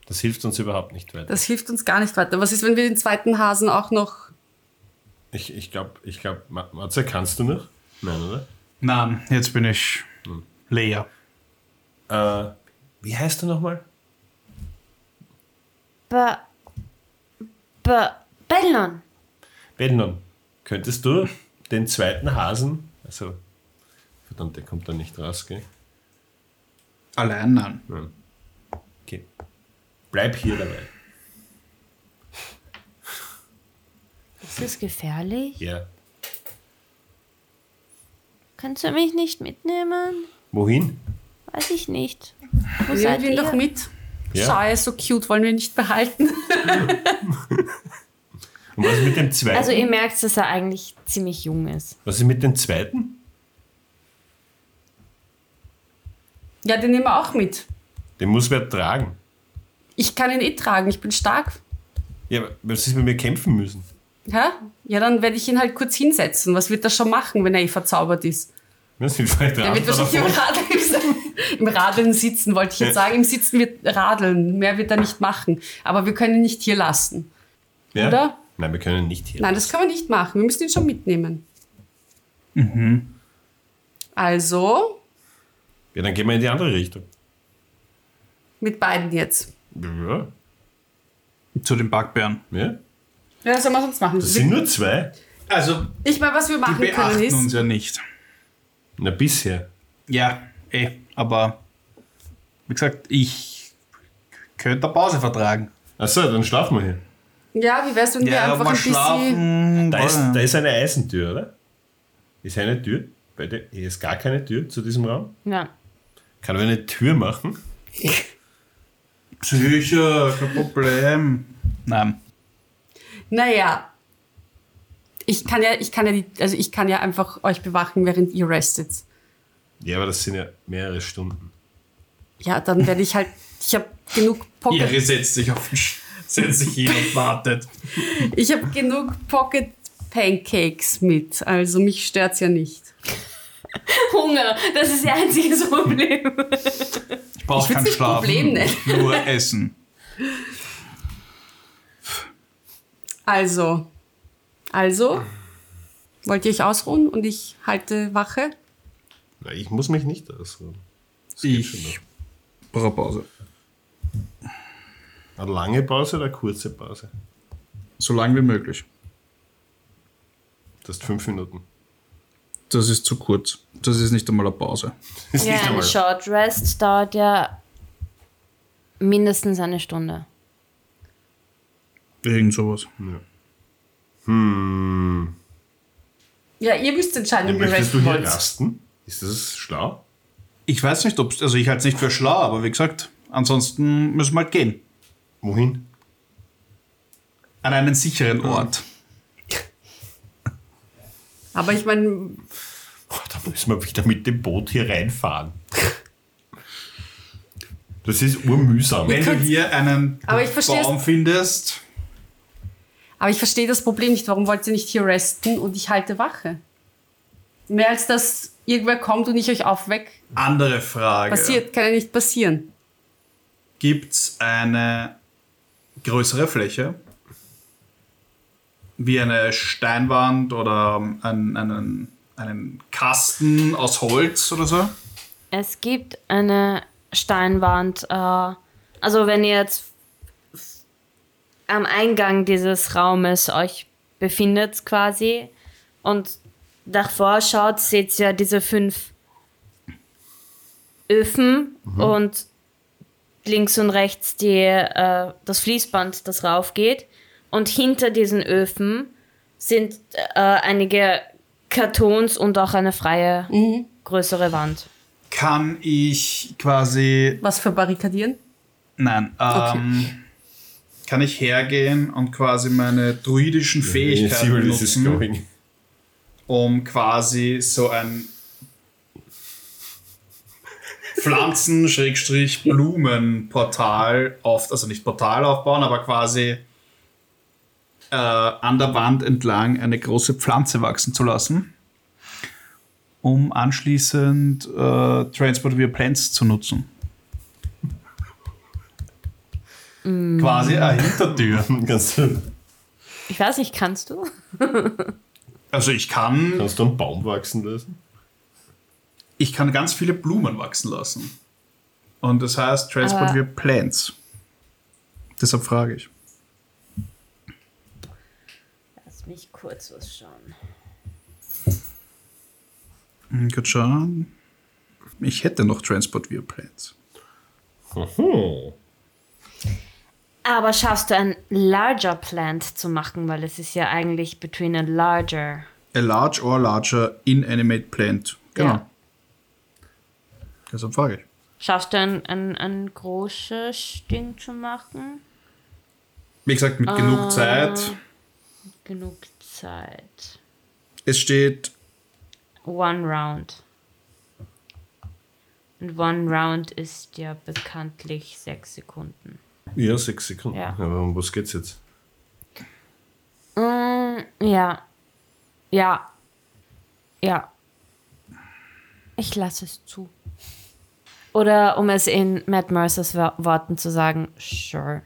Das hilft uns überhaupt nicht weiter.
Das hilft uns gar nicht weiter. Was ist, wenn wir den zweiten Hasen auch noch.
Ich, ich glaube, ich glaub, Ma- Matze, kannst du noch? Nein, oder?
Nein, jetzt bin ich
Hm.
leer.
Äh, wie heißt du nochmal?
Be. Be. Bellon.
Benon. Könntest du den zweiten Hasen, also, verdammt, der kommt da nicht raus, gell?
Allein, nein.
Nein. Okay. Bleib hier dabei.
Ist das gefährlich?
Ja.
Kannst du mich nicht mitnehmen?
Wohin?
Weiß ich nicht. Wo
Nehmen
seid
wir ihn
ihr?
doch mit.
Ja.
Schau, er ist so cute, wollen wir ihn nicht behalten.
Und was ist mit dem zweiten?
Also ihr merkt, dass er eigentlich ziemlich jung ist.
was ist mit dem zweiten?
Ja, den nehmen wir auch mit.
Den muss wer tragen.
Ich kann ihn eh tragen, ich bin stark.
Ja, aber was ist, wenn wir kämpfen müssen?
Hä? Ja, dann werde ich ihn halt kurz hinsetzen. Was wird er schon machen, wenn er eh verzaubert ist?
Wir sind vielleicht
Er wird wahrscheinlich im Radeln, im Radeln sitzen, wollte ich jetzt sagen. Im Sitzen wird radeln. Mehr wird er nicht machen. Aber wir können ihn nicht hier lassen.
ja?
oder?
Nein, wir können nicht hier.
Nein, das können wir nicht machen. Wir müssen ihn schon mitnehmen. Also
Ja, dann gehen wir in die andere Richtung.
mit beiden jetzt.
Ja.
Zu den Backbären.
ja.
Ja, was soll man sonst machen?
Das sind nur zwei.
Also,
Ich meine, was wir
die
machen können
beachten
ist.
uns ja nicht.
Na, bisher.
Ja, eh, aber wie gesagt, ich könnte eine Pause vertragen.
Achso, dann schlafen wir hier.
Ja, wie wär's, wenn wir einfach ein bisschen.
Da ist, da ist eine Eisentür, oder? Ist eine Tür? Bei der, hier ist gar keine Tür zu diesem Raum.
Ja.
Kann man eine Tür machen?
Sicher, kein Problem. Nein.
Naja. Ich kann ja, ich kann ja die, also ich kann ja einfach euch bewachen, während ihr restet.
Ja, aber das sind ja mehrere Stunden.
Ja, dann werde ich halt. Ich habe genug Pocket.
setzt sich auf den Sch setzt sich hin und wartet.
Ich habe genug Pocket Pancakes mit. Also mich stört's ja nicht.
Hunger, das ist ihr einziges Problem.
Ich
Ich
brauche kein
würd's nicht
Schlafen,
Problem nennen.
nur Essen.
Also. Also. Wollt ihr euch ausruhen und ich halte Wache?
Na, ich muss mich nicht ausruhen. Das geht schon
Ich brauche eine Pause.
noch. Eine lange Pause oder eine kurze Pause?
So lange wie möglich.
Du hast fünf Minuten.
Das ist zu kurz. Das ist nicht einmal eine Pause.
Das ist
Ja,
nicht
eine
einmal-
Short Rest dauert ja mindestens eine Stunde.
Irgend sowas.
Hm.
Ja, ihr müsst entscheiden,
Dann
ob ihr
möchtest du
resten
hier
wollt.
rasten? Ist das schlau?
Ich weiß nicht, ob's, also ich halte es nicht für schlau, aber wie gesagt, ansonsten müssen wir halt gehen.
Wohin?
An einen sicheren Ort.
Aber ich meine,
Oh, da müssen wir wieder mit dem Boot hier reinfahren. Das ist urmühsam.
Wenn du hier einen
Aber ich versteh's-
Baum findest,
Aber ich verstehe das Problem nicht. Warum wollt ihr nicht hier resten und ich halte Wache? Mehr als dass irgendwer kommt und ich euch aufweck.
andere Frage.
Passiert, kann ja nicht passieren.
Gibt es eine größere Fläche? Wie eine Steinwand oder einen, einen, einen Kasten aus Holz oder so?
Es gibt eine Steinwand. Äh, also wenn ihr jetzt am Eingang dieses Raumes euch befindet quasi und davor schaut, seht ihr diese fünf Öfen und links und rechts die, äh, das Fließband, das raufgeht. Und hinter diesen Öfen sind äh, einige Kartons und auch eine freie, größere Wand.
Kann ich quasi
Was für Barrikadieren?
Nein. Ähm, Kann ich hergehen und quasi meine druidischen Fähigkeiten
See where this is
nutzen,
going.
um quasi so ein Pflanzen-Blumenportal auf, also nicht Portal aufbauen, aber quasi äh, an der Wand entlang eine große Pflanze wachsen zu lassen, um anschließend äh, Transport via Plants zu nutzen. Quasi eine Hintertür.
Kannst du,
Ich weiß nicht, kannst du?
Also ich kann,
kannst du einen Baum wachsen lassen?
ich kann ganz viele Blumen wachsen lassen. Und das heißt Transport via Plants. Deshalb frage ich.
Lass mich kurz was schauen.
Hm, Gut schauen. Ich hätte noch Transport via Plants.
Aha.
Aber schaffst du ein larger plant zu machen, weil es ist ja eigentlich between a larger.
A large or larger inanimate plant. Genau.
Ja.
Deshalb frage ich.
Schaffst du ein, ein, ein großes Ding zu machen?
Wie gesagt, mit genug Zeit.
Genug Zeit.
Es steht
One round. Und one round ist ja bekanntlich sechs Sekunden.
Ja, sechs Sekunden.
Ja.
Aber um was geht's jetzt?
Mm, ja. Ja. Ja. Ich lasse es zu. Oder um es in Matt Mercers Wo- Worten zu sagen, sure.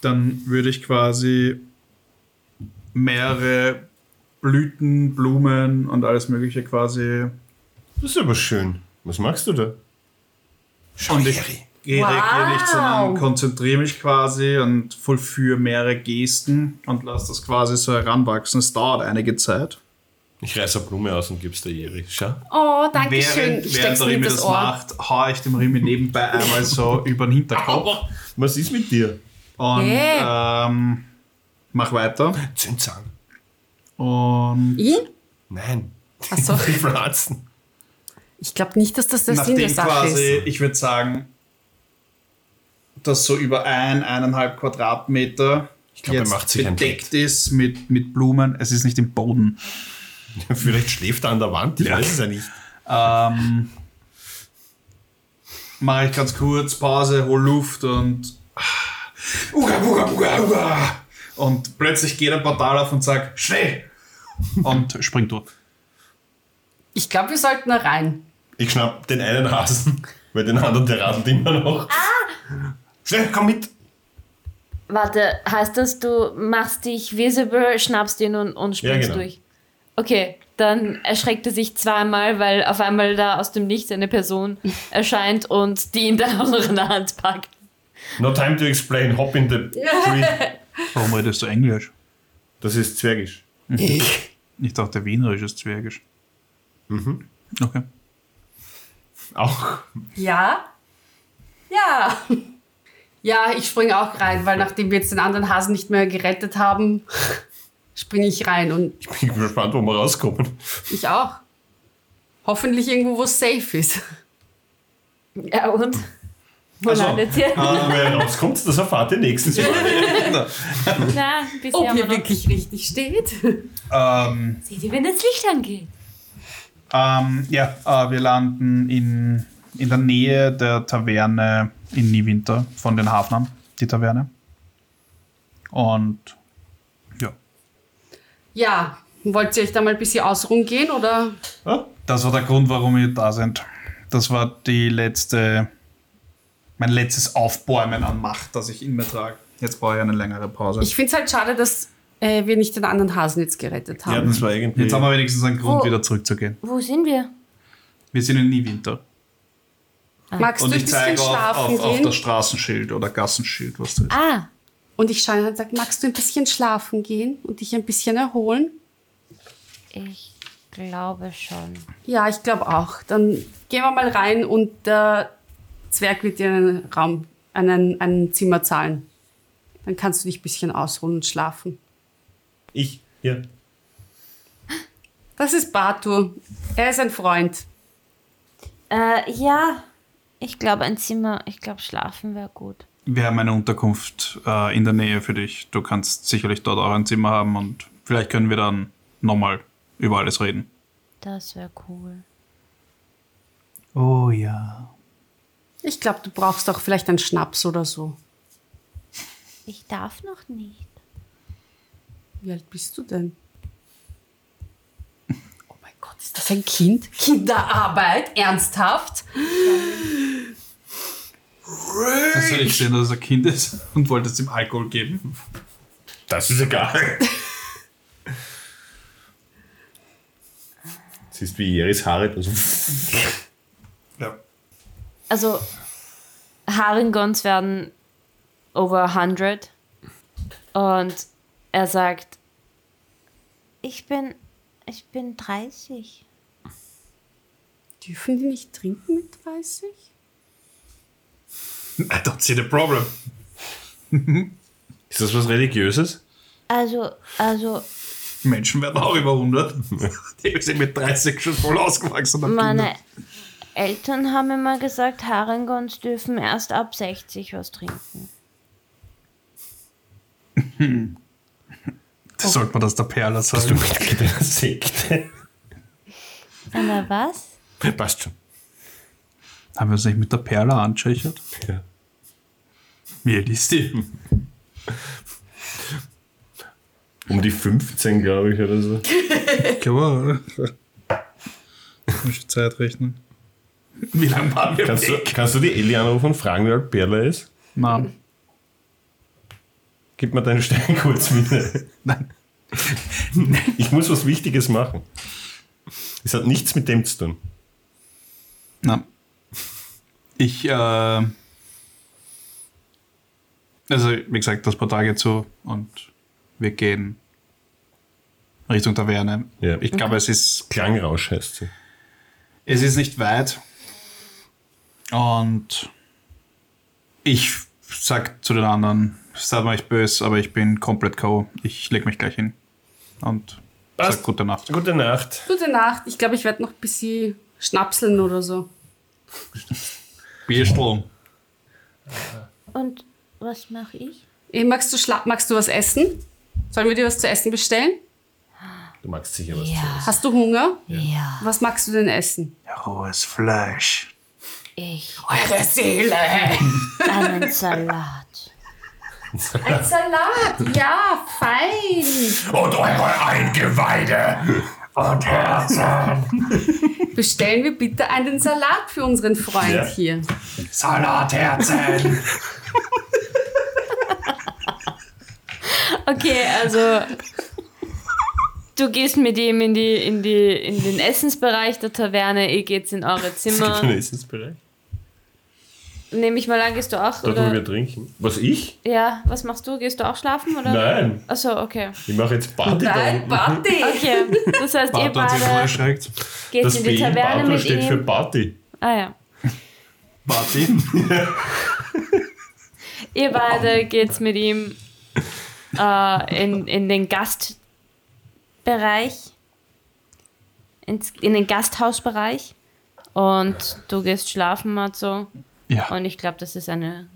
dann würde ich quasi mehrere Blüten, Blumen und alles Mögliche quasi.
Das ist aber schön. Was machst du da?
Und ich reagiere nicht, sondern konzentriere mich quasi und vollführe mehrere Gesten und lasse das quasi so heranwachsen. Es dauert einige Zeit.
Ich reiß eine Blume aus und gib's der Jeri. Schau.
Oh, danke schön.
Während,
Ich steck's
während der
mir in
Rimi
das
das
Ohr.
macht, haue ich dem Rimi nebenbei einmal so über den Hinterkopf
Was ist mit dir?
und
Hey.
ähm, mach weiter.
Zündsamen.
Und
Ihn?
Nein.
Achso.
Die Pflanzen.
Ich glaube nicht, dass das der Sinn der
nachdem
Sache
quasi,
ist.
ich würde sagen, dass so über ein, eineinhalb Quadratmeter
glaub, er
jetzt
macht sich ein
bedeckt ist mit, mit Blumen. Es ist nicht im Boden.
Vielleicht schläft er an der Wand. Ich weiß es ja nicht.
Ähm, Mache ich ganz kurz Pause, hol Luft und. Uga, uga, uga, uga. Und plötzlich geht ein Portal auf und sagt: Schnell! Und springt durch.
Ich glaube, wir sollten da rein.
Ich schnapp den einen Hasen, weil den anderen, der radelt immer noch. Schnell, komm mit.
Warte, heißt das, du machst dich visible, schnappst ihn und, und springst
genau.
durch? Okay, dann erschreckt er sich zweimal, weil auf einmal da aus dem Nichts eine Person erscheint und die ihn dann auch noch in der Hand packt.
No time to explain. Hop in the tree.
Warum redest du Englisch?
Das ist zwergisch.
Ich dachte, Wienerisch ist Zwergisch. Mhm. Okay.
Auch.
Ja? Ja. Ja, ich springe auch rein, weil nachdem wir jetzt den anderen Hasen nicht mehr gerettet haben, springe ich rein und
Ich bin gespannt, wo wir rauskommen.
ich auch. Hoffentlich irgendwo, wo es safe ist.
Ja, und? Wo
Also,
landet ihr?
Wer rauskommt, das erfahrt ihr nächstes Mal.
Na, bisher
Ob
haben Oh, wir
hier
noch.
wirklich richtig steht.
Ähm,
Seht ihr, wenn das Licht angeht?
Ähm, ja, äh, wir landen in, in der Nähe der Taverne in Niewinter von den Hafnern, die Taverne. Und ja,
Ja, wollt ihr euch da mal ein bisschen ausruhen gehen oder?
das war der Grund, warum wir da sind. Das war die letzte, mein letztes Aufbäumen an Macht, das ich in mir trage. Jetzt brauche ich eine längere Pause.
Ich finde es halt schade, dass äh, wir nicht den anderen Hasen jetzt gerettet
Ja,
haben.
das war irgendwie.
Jetzt haben wir wenigstens einen Grund,
Wo-
wieder zurückzugehen.
Wo sind wir?
Wir sind in Niewinter.
Magst
Und
du ein
ich
bisschen
zeige auf,
schlafen
auf, auf
gehen?
das Straßenschild oder Gassenschild, was da ist.
Ah,
und ich schaue und sage, magst du ein bisschen schlafen gehen und dich ein bisschen erholen?
ich glaube schon.
Ja, ich glaube auch. Dann gehen wir mal rein und der Zwerg wird dir einen Raum, einen, ein Zimmer zahlen. Dann kannst du dich ein bisschen ausruhen und schlafen.
Ich, ja.
Das ist Bartur. Er ist ein Freund.
Äh, ja, ich glaube ein Zimmer, ich glaube schlafen wäre gut.
Wir haben eine Unterkunft äh, in der Nähe für dich. Du kannst sicherlich dort auch ein Zimmer haben und vielleicht können wir dann nochmal über alles reden.
Das wäre cool.
Oh ja.
Ich glaube, du brauchst doch vielleicht einen Schnaps oder so.
Ich darf noch nicht.
Wie alt bist du denn? Oh mein Gott, ist das ein Kind? Kinderarbeit? Ernsthaft?
Hast du nicht gesehen, dass er Kind ist und wolltest ihm Alkohol geben?
Das ist egal. Siehst wie Jeris Haare also- und so.
Ja.
Also, Haringons werden over 100. Und er sagt, ich bin, ich bin 30.
Dürfen die nicht trinken mit 30?
I don't see the problem.
Ist das was Religiöses?
Also, also,
Menschen werden auch über 100. Die sind mit 30 schon voll ausgewachsen. haben
meine
Kinder.
Eltern haben immer gesagt, Haringons dürfen erst ab 60 was trinken.
Das sollte man das der Perla
Bist du
sagen.
Mitglied einer Sekte?
Aber was?
Passt schon.
Haben wir uns nicht mit der Perla anschächert?
Ja.
Wie alt ist die?
Um die 15, glaube ich, oder so.
Klar. Muss ich Zeit rechnen.
Wie lange waren wir
Kannst du, kannst du die Ellie anrufen und fragen, wer Perla ist?
Nein.
Gib mir deinen Stein kurz wieder.
Nein.
Ich muss was Wichtiges machen. Es hat nichts mit dem zu tun.
Na. Ich, äh, also wie gesagt, das paar Tage zu und wir gehen Richtung Taverne.
Ja.
Ich glaube, es ist
Klangrausch heißt sie.
es ist nicht weit. Und ich sag zu den anderen, seid mal echt böse, aber ich bin komplett K.O. Ich leg mich gleich hin. Und
Passt.
sag gute Nacht.
Gute Nacht.
Gute Nacht. Ich glaube, ich werde noch ein bisschen schnapseln oder so.
Bierstrom.
Und was mache ich?
Eh, magst, du schla magst du was essen? Sollen wir dir was zu essen bestellen?
Du magst sicher was.
Hast du Hunger?
Ja,
Was magst du denn essen?
Rohes Fleisch.
ich
Eure Seele!
einen Salat.
Ein Salat! Ja, fein!
Und eure Eingeweide. Und Herzen.
Bestellen wir bitte einen Salat für unseren Freund
Ja.
hier.
Salatherzen.
Okay, also du gehst mit ihm in die in die in den Essensbereich der Taverne, ihr geht's in eure Zimmer.
Essensbereich.
Nehme ich mal an, gehst du auch
Dort, wo
oder?
wir trinken. Was, ich?
Ja, was machst du? Gehst du auch schlafen oder?
Nein.
Achso, okay.
Ich mache jetzt Party da
Nein,
unten.
Party!
Okay, das heißt, ihr
Bart hat sich voll
beide
erschreckt.
geht
Das
in die
B in
Taverne
Bartel
mit
steht für
ihm.
Party.
Ah ja.
Party.
Ihr beide geht's mit ihm äh, in, in den Gastbereich, ins, in den Gasthausbereich. Und du gehst schlafen, Matzo.
Ja.
Und ich glaube, das ist eine,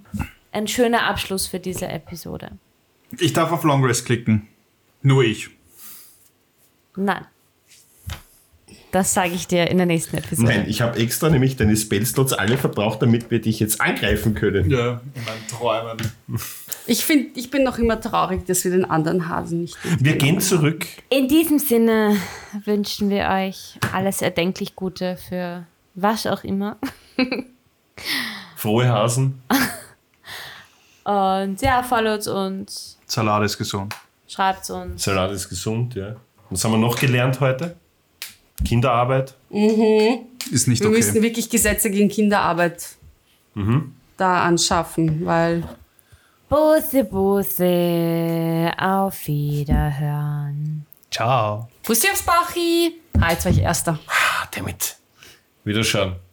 ein schöner Abschluss für diese Episode.
Ich darf auf Long Rest klicken. Nur ich.
Nein. Das sage ich dir in der nächsten Episode.
Nein, ich habe extra nämlich deine Spellslots alle verbraucht, damit wir dich jetzt angreifen können.
Ja, in meinen Träumen.
Ich, find, ich bin noch immer traurig, dass wir den anderen Hasen nicht.
Wir gehen zurück.
In diesem Sinne wünschen wir euch alles erdenklich Gute für was auch immer.
Frohe Hasen.
Und ja, followt uns,
Salat ist gesund.
schreibt uns.
Salat ist gesund, ja. Was haben wir noch gelernt heute? Kinderarbeit.
Ist nicht
Wir müssen
okay.
wirklich Gesetze gegen Kinderarbeit da anschaffen, weil
Bose, Bose, auf Wiederhören.
Ciao.
Bussi aufs Bauchi! Ah, jetzt war ich Erster.
Ah, damit.
Wiederschauen.